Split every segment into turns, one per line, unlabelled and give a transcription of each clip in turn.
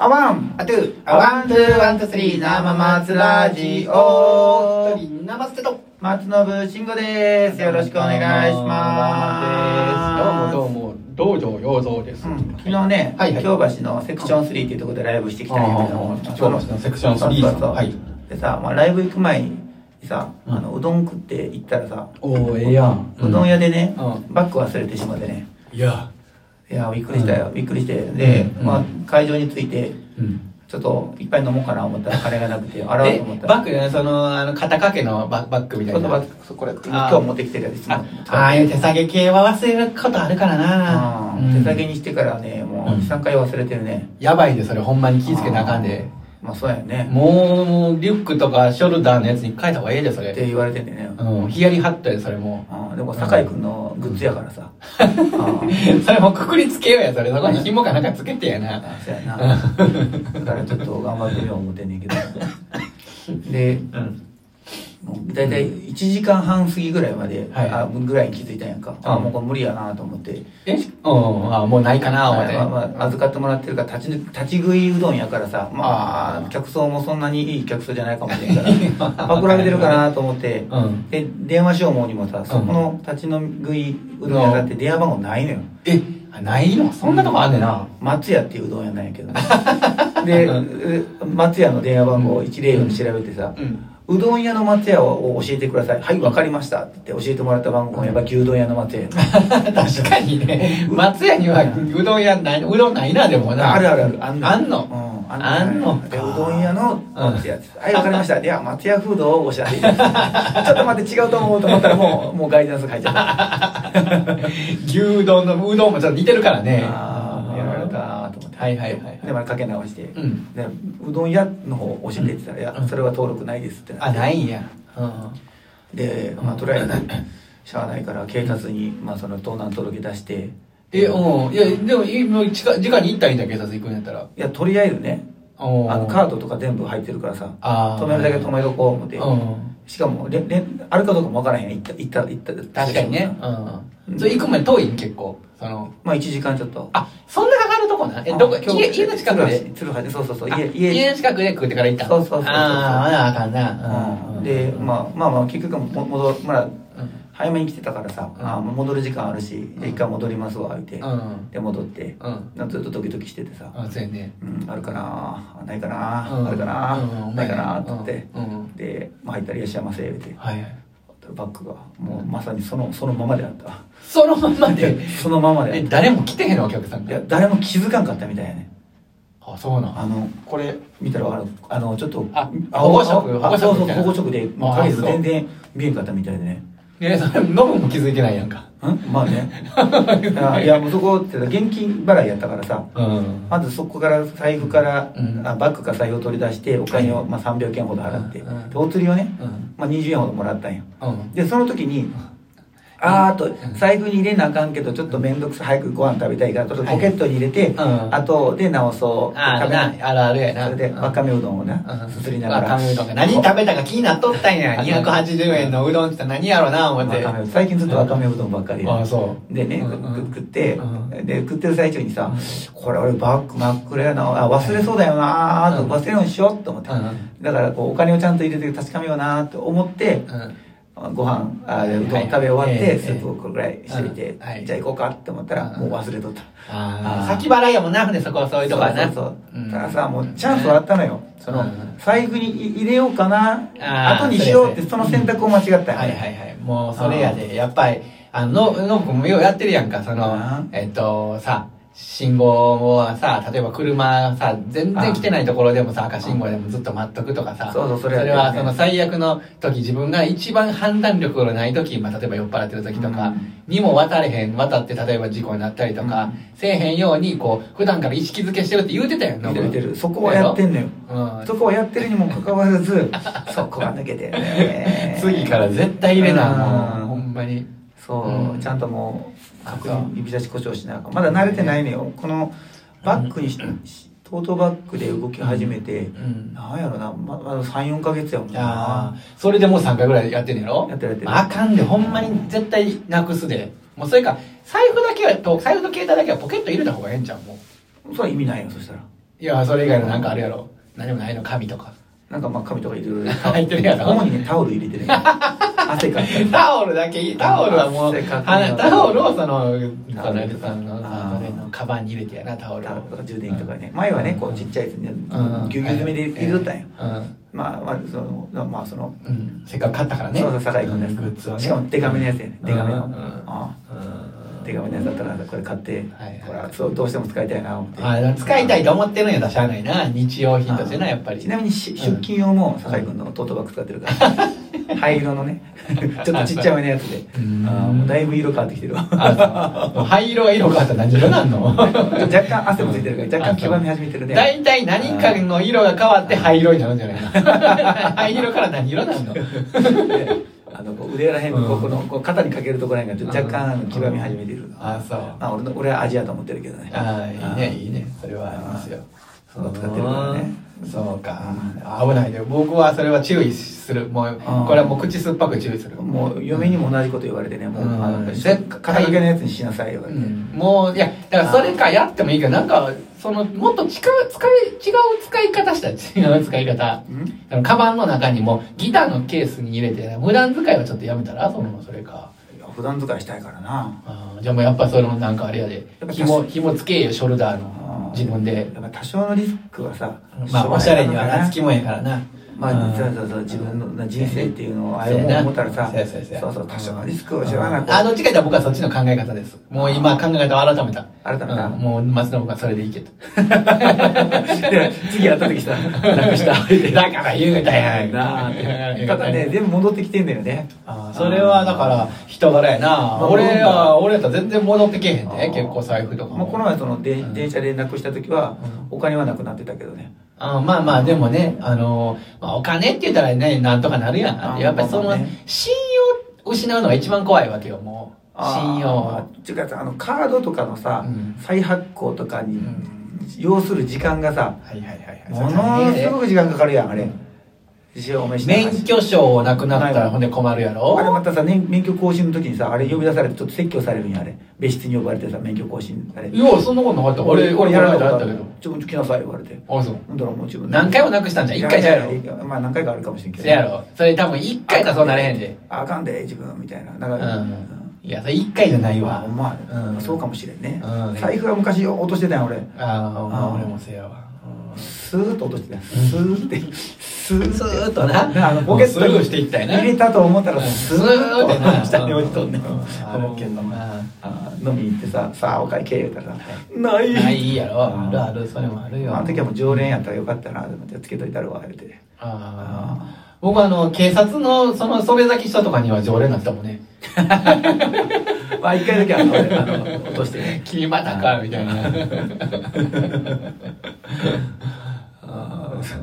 あワン
あとあワンツーワンツースリー生松ラジオ一人生捨てと
松信慎吾ですよろしくお願いします
どうもどうも道場洋蔵です、
うん昨日ね、
はいはい
京橋のセクション3っていうところでライブしてきたんやけども
あー京橋のセクション3
そうそうそう
はい
でさ、まあ、ライブ行く前にさ
うん
あのうどん食って行ったらさ、
おーええやん
うどん屋でね、
う
バッグ忘れてしまってね
いや
いやびっくりしたよ、びっくりしてで、
うん
ま
う
あ、会場に着いて
うん
ちょっといっぱい飲もうかな思ったら金がなくて洗おう
で
と思ったら
バッグねそのあの肩掛けのババッグみた
そ
いう
そ
な
うバッグそうこれ今
あー
日持ってきてるやついつも
あああいう手提げ系は忘れることあるからな、
うん手提げ
に
にしてからねもう
うん
23回忘れてるね
やばいでそれほんまに気ぃつけなあかんで
あーまあそうやね
もうもうリュックとかショルダーのやつに変えた方がええでそれ
って言われてんだよね
うんヒヤリハットやでそれも
あーでも酒井君のグッズやからさあー
う それもうくくりつけようやそれそこに紐かなんかつけてや
あ
な
ーそうやなだからちょっと頑張ってみよう思ってんねんけどで
うん
もう大体1時間半過ぎぐらいまで、
はい
あぐらいに気づいたんやんか、あ
うん
もうこれ無理やなと思って
えうんあもうないかな思って
まあまあ、預かってもらってるから立ちぬ立ち食いうどんやからさま
あ
あ
ー
客層もそんなにいい客層じゃないかもしれん からパクられてるかなと思って
うん
で電話しようもにもさそこの立ち飲み食いうどん屋だって電話番号ないのよ
えあないのそんなとこあんねんな
松屋っていううどん屋なんやけど でえ松屋の電話番号を104に調べてさ、
うん
うどん屋の松屋を教えてください。はい、わかりました。って教えてもらった番号がやっぱ牛丼屋の松屋やな
確かにね松屋にはうどん屋ないうどんないなでもな
あるあるある。あんの。
あんの
うん、
あんの
でうどん屋の松屋です。はい、わかりました。では、松屋フードをおしゃれ。ちょっと待って、違うと思うと思ったら、 もう、もうガイダンス書いちゃっ
牛丼のうどんもちょっと似てるから
た。
ね
ああ、やられたなと思って。
はいはいはい
で、またかけ直して。で
うん
うどん屋の方教えてって言ったら、いや
う、ん
それは登録ないですってなって
あないんやうん
で、まあ、とりあえず、しゃあないから、警察に、まあ、その盗難届出して。
え、うん。いや、でも、いもう、じか、じかに行ったらいいんだ、警察行くんやったら。
いや、とりあえずね、
あ
あのカー
ド
ドとか全部入ってるからさ、
あー
止めるだけ止めとこう思って、
うん。
しかもれれ歩くかどうかもわからへん、行った、行った、行った。
確かにね。うん。それ行く前遠いん結構。その、
まあ、1時間ちょっと。
あ、そんなかかるとこなえ、どこ、
あ今日
家、家の近くで。
鶴橋、鶴橋そうそうそう、
あ
家、家。
家の近くで食ってから行ったの
そうそうそうそう
ああ、まだあかん
う
な。
んで、まあまあまあ、結局も、戻る、まだ、
あ、うん。
早めに来てたからさ、
うん
あーもう戻る時間あるし、じゃあ一回戻りますわ、言って。
うん。
で、戻って、
うん。
なんかずっとドキドキしててさ、
あ、そうやね。
うん、あるかなないか
う
な、
ん
あるかな、
うん
ないかなと思って、
うんうん。
で、まあ、入ったらいらっしゃいませ言うて
はいはい。
バッグがもうまさにそのそのままであった
そのまんまで。
そのままで
え、誰も来てへんのお客さん
い
が
や。誰も気づかんかったみたいやね
あ、そうなん。
あの
これ、
見たらわかるあのちょっと
あ
青
保護色
青
保護色
そうそう
みたいな
保護色でもう
あ
影が
そう
全然見えんかったみたいでね
ね、それ、ノブも気づいてないやんか。
んまあ ねあいやもうそこって現金払いやったからさ
うん。
まずそこから財布から、
うん
あバッグか財布を取り出してお金を、
はい
まあ、300円ほど払って、
うん
でお釣りをね、
うん
まあ、20円ほどもらったんよ
うん。
でその時にあーあと財布に入れなあかんけどちょっと面倒くさい早くご飯食べたいからちょっとポケットに入れて、
うん
あとで直そう
ああ、
食べ
な、あるあるやな。
それでわかめうどんをね
うん
すすりながら
わかめうどんが何食べたか気になっとったんや。280円のうどんって言ったら何やろな、思って。
わかめ最近ずっとわかめうどんばっかり
ああ、そ
でね、
うんうん
食って、
う
で食ってる最中にさ、
う
これ俺バッグ真っ暗やなあ忘れそうだよなあと、
うん
忘れるようにしようと思って、
うんうん
だからこうお金をちゃんと入れて確かめようなと思って、
う。うん。
ご飯あうどん食
は
べ終
い
わって、
ええ
スープをこれぐらいしてみて、
うんはい
じゃあ行こうかって思ったら、
うん
もう忘れとった、
あ
あ
あ、
ー
先払いやもんな、ほんでそこはそういうとこはな。
そうそうそう
うん
たださもうチャンスはあったのよその、
うん
財布に入れようかな
あー
後にしようって
そうです
その選択を間違ったよね、
はいはいはい。もうそれやで、やっぱり、あの、ののぶくんもようやってるやんか、その
うん、
えっと、さ、信号はさ、例えば車さ、全然来てないところでもさ、赤信号でもずっと待っとくとかさ、
そうそうそれやってるね
はその最悪の時、自分が一番判断力のない時、まあ例えば酔っ払ってる時と
う
か
ん、
にも渡れへん、渡って例えば事故になったりと
う
か
ん、
せえへんように、こう、普段から意識づけしてるって言うてたやん、の
見て
ぶ
る
ん
見てるそこはやってんのよ
うん。
そこはやってるにもかかわら ずそこが抜けてね
次から絶対入れな、もう、ほ
うん
んまに。
そう、
うん
ちゃんともう
あ
確
そう
認指差し故障しながらまだ慣れてないのよこのバッグにし、しトートバッグで動き始めて、
ん
なんやろなままだ34か月やもん
あ
な
あ、それでもう3回ぐらいやってんねやろ
やってるやってる
あかんで、ほんまに絶対なくすで。もうそれか、財布だけは、と財布と携帯だけはポケット入れた方がええんちゃうもう。
それは意味ないよそしたら
いやそれ以外のなんかあるやろ何もないの紙 とか
なんかまあ紙とかいろいろ
入ってるやろ
主にねタオル入れてる 汗かいたり
タオルだけいいタオルはもう
せっかく
あタオルをその
タ
田
オル
辺さんの
あー
それのカバンに入れてやなタオル
タオルと
を
か充電器とかね前はねこうちっちゃいやつにぎゅうぎゅう詰めで入れとったんよまあまあそのまあその
うん、うん、せっかく買ったからね
そうそう酒井君のや
グッズは
つ
ね
しかもデカめのやつやねデカめの
うんうん
あ
うん
あデカめのやつだったらこれ買って
はい
これはそうどうしても使いたいな思って
あー使いたいと思ってるんやったらしゃあないな日用品としてなやっぱり
ちなみにし
うん
出勤用も酒井君のトートバッグ使ってるから 灰色のねちょっとちっちゃめのやつで
うん
ああもうだいぶ色変わってきてるわ
あそう 灰色が色変わったら何色なんの
若干汗もついてるから若干黄ばみ始めてるね
大体何かの色が変わって灰色になるんじゃないの 灰色から何色なんの
であのこう腕らへんのこ
うん
このこう肩にかけるところらへんがちょっと若干あの
うん
黄ばみ始めてる
あそう
まあ俺の俺はアジアと思ってるけどね
ああいいねいい
ね
ねそれはありますよ
あーそう使ってるからね
うんそうか危ないで僕はそれは注意するもう
あー
これはもう口酸っぱく注意する
もう嫁にも同じこと言われてねもう
うん
あの
絶対
肩掛けのやつにしなさいよ
うんもういやだからそれかやってもいいけどなんかそのもっと近い使い違う使い方したら違う使い方
うん
あのカバンの中にもギターのケースに入れて無断使いはちょっとやめたらそのそれか
いや普段使いしたいからな
あーじゃあもうやっぱそれもなんかあれやで
ぱ
紐紐つけよショルダーの
あー
自分で
やっぱ多少のリスクはさ
まあおしゃれにはなつき
も
もんやからな
ま
う
あ
ん
そうそうそう自分の人生っていうのをああ
そ
いう
や
も
なん
思ったらさ
そうやそうやそうや
そうそう多少のリスクをしょうがな
あ
く
どっちか言ったら僕はそっちの考え方ですもう今考え方を改めた
改めた
うんもう松信はそれでいいけど
で次会った時さなくした
だから言うたやん
なあってただね全部戻ってきてんだよね
あーそれはだから人柄やな、
まあ
俺
戻るんだ
は俺やったら全然戻ってけえへん
あ
で
ー
結構財布とか
ま
も
あ、この前そので、
うん
電車でなくした時は
う
お金はなくなってたけどね
あーまあまあでもね、あのーまあ、お金って言ったらねなんとかなるや
あ
ん
ー
やっぱりそ
ま
の
あまあね
信用失うのが一番怖いわけよもう信用
あーっていうかさあのカードとかのさ、
うん
再発行とかに、
うん
要する時間がさ
はいはいはいはい
ものすごく時間かかるやんあれ一応お飯
免許証なくなった
な
ら
い
ほんで困るや
あれ
ろ
またさ、ね、免許更新の時にさあれ呼び出されてちょっと説教されるんやあれ別室に呼ばれてさ免許更新され
いやそんなことなかった俺俺やらないとあったけど
ちょっと来なさい言われて
あそう
ほんだらもう自分で
何回もなくしたんじゃん一回じゃやろ
いまあ何回かあるかもしれんけど
せやろそれ多分一回じゃそうなれへんで
あかんで自分みたいなだ
う
から、
んいやそれ一回じゃないわ
ほんまや
うん
そうかもしれんね、
うん
財布は昔落としてたやん俺
あーまあ
うん
俺もせやわ
スーッと落としてたやんスーッてスーッ
スーッとな
あのポケット
スルー
に
していったよな
入れたと思ったら
ス
ス
ー
ー
ッ
ッ
て
と
な
下に落ちとんねん
うんあるけどな
あ飲みに行ってささあお会計言うたらさない
ないやろあるあ
る
るそれもあるよ
あの時はもう常連やったらよかったなと思ってつけといたるわ言うて
あー僕はあの警察のそのそれだけ人とかには常連になってたもんね
まあ一回だけ あの俺あの落としてね
君またかみたいな
あー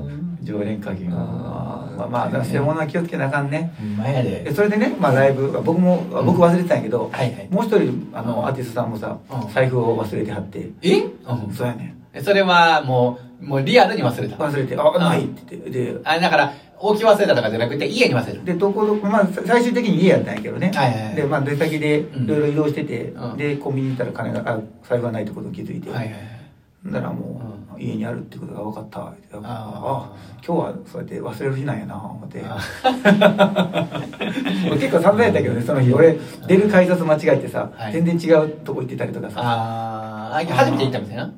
常連課金
あー
まあまあだから背物は気をつけなあかんね
ほんまや
で
で
それでね、まあ、ライブ僕も僕忘れてたんやけど、
はいはい
もう一人あのアーティストさんもさ、
うん
財布を忘れてはって、
え
そうやねん
それはもうもうリアルに忘れた
忘れて「あない」って言ってで
あだから置き忘れたとかじゃなくて家に忘れ
でどこどこ、まあ、最終的に家やったんやけどね、
はいはいはい
で、まあ、出先でいろいろ移動してて、
うん
でコンビニ行ったら金があ財布がないってことに気づいて、
た
だ
はいはいはい
ならもう、家にあるってことが分かったあ
あ
あ今日はそうやって忘れる日なんやな思って
あ
俺結構散々やったけどねその日俺出る改札間違えてさ、
はい
全然違うとこ行ってたりとかさ
あーあ初めて行ったみたいな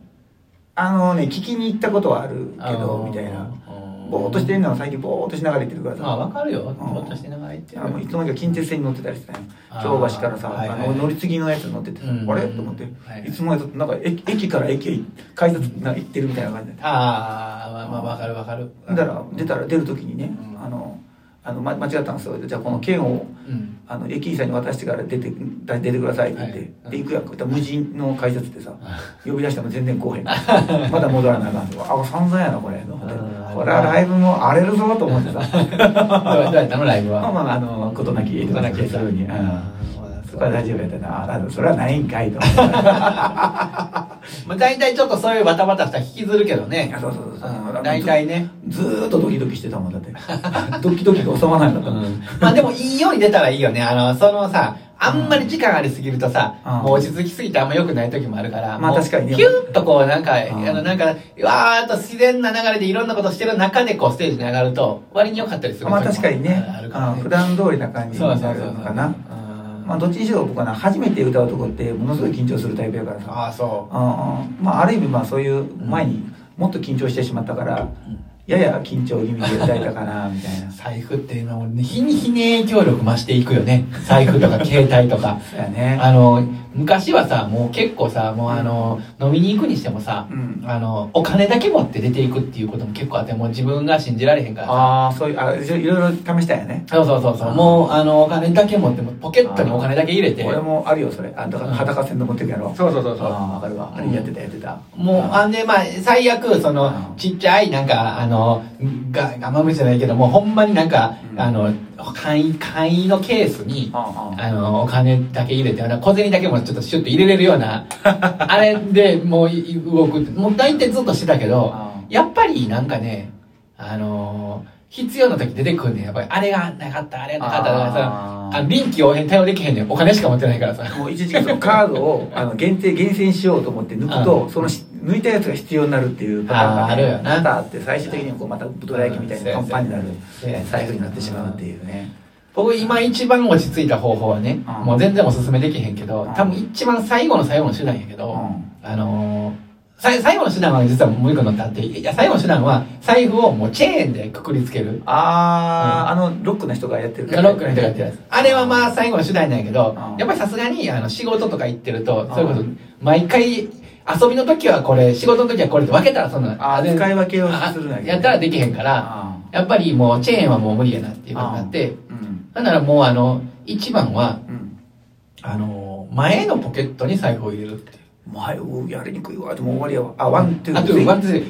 あのね、聞きに行ったことはあるけ
あ
ど、
ー
みたいな
うん。
ぼーっとしてるのは最近ぼーっとしながら行ってるからさ。
まあわかるよ
うん
ぼーっとしてながら行ってる
あもういつの間にか近鉄線に乗ってたりしてたよ
あー
京橋からさ、
はいはいはい
あの乗り継ぎのやつ乗っててさ、
うん
あれと思って、
はいはい
い、つもやとなんか駅駅から駅へ改札な行ってるみたいな感じで。
あーまあまあわかるわかる
だから、出たら、出るときにね、
うん
あの、あの、ま、間違ったんですよ。じゃあこの券を、
うん
あの駅員さんに渡してから出て出てくださいって言って、
は
で
い
行くやんかで無人の改札って さ
あ
呼び出しても全然来 おへんまだ戻らなあかんとあ散々やなこれと思って
うん
これはライブも荒れるぞと思ってさ
どうどうやったのライブは
まあまああの事なき
事なき
するに、うん
あー
そこは大丈夫やったなあそれはないんかいと
まあ大体ちょっとそういうバタバタしたら引きずるけどね
そうそうそうそう
うん大体ね
ずーっとドキドキして たもんだってドキドキが収まらなかったもん、
まあでもいいように出たらいいよねあのそのさあんまり時間ありすぎるとさ、
うん
もう落ち着きすぎてあんま良くない時もあるから、
まあ
もう
確かにね
ヒュッとこうなんか、あ
ん
のなんか、わーっと自然な流れでいろんなことしてる中でこうステージに上がると、割に良かったりする時も
まあ確かにね
あるから
あ
ね。
普段通りな感じ
そう
に
そ
な
うそう
る
そう。
のかな
うん
まあどっちにしろ僕はな初めて歌うとこってものすごい緊張するタイプやからさ
ああ、そう。
うんうんまあある意味まあそういう前にもっと緊張してしまったからやや緊張気味で歌えたかなみた いな
財布って今もうね日に日に影響力増していくよね。財布とか携帯とか。
そうやね
あの、昔はさ、もう結構さ、もうあの、飲みに行くにしてもさ、
うん
あの、お金だけ持って出ていくっていうことも結構あって、もう自分が信じられへんからさ。
ああそういうあいろいろ試したんやね
そうそうそうそう。もう、あの、お金だけ持って、もうポケットにお金だけ入れて、
俺もあるよそれあだから裸線で持ってくやろ
そうそうそうそう
ああ分かるわあれやってたやってた
もう、
あ
あんで、まあ、最悪、その
う、ん
ちっちゃい、なんか、あの、が、ガマムじゃないけど、もうほんまになんか、
うん
あの、簡易、簡易のケースに、
ああ
あの、お金だけ入れて、あの小銭だけもちょっとシュッと入れれるような、 あれでもうい動くって、もう大体ずっとしてたけど
あ、
やっぱりなんかね、あのー必要な時出てくんねんやっぱり、あれがなかった、あれがなかったとかさ
あ、ー
あの臨機応変対応できへんねん。お金しか持ってないからさ。
もう一時期そのカードをあの限定厳選しようと思って抜くと、
うん
そのし抜いたやつが必要になるっていうパターンが、
あーあるよな
またあって最終的にこうまたどら焼きみたいなパンパンになる
うん
えー財布になってしまうっていうね、
僕今一番落ち着いた方法はね、
うん
もう全然おすすめできへんけど、
うん
多分一番最後の最後の手段やけど、
うん
あのーさい最後の手段は実はもう一個乗ってあって、いや、最後の手段は財布をもうチェーンでくくりつける。
あー、あのロックの人がやってる
ロックの人がやってるやつ。あれはまあ最後の手段なんやけど、
うん
やっぱりさすがにあの仕事とか行ってる
う
と
ん、
そういうこと、毎回遊びの時はこれ、仕事の時はこれって分けたらそんな、
あー
全
使い分けをするんやけど
あやったらできへんから、
あ
やっぱりもうチェーンはもう無理やなっていうことになって、
ーうん
なんならもうあの、一番は、
うん
あの、前のポケットに財布を入れるっていう。
前をやりにくいわでも終わりやわあワンツー
あと、ワンツー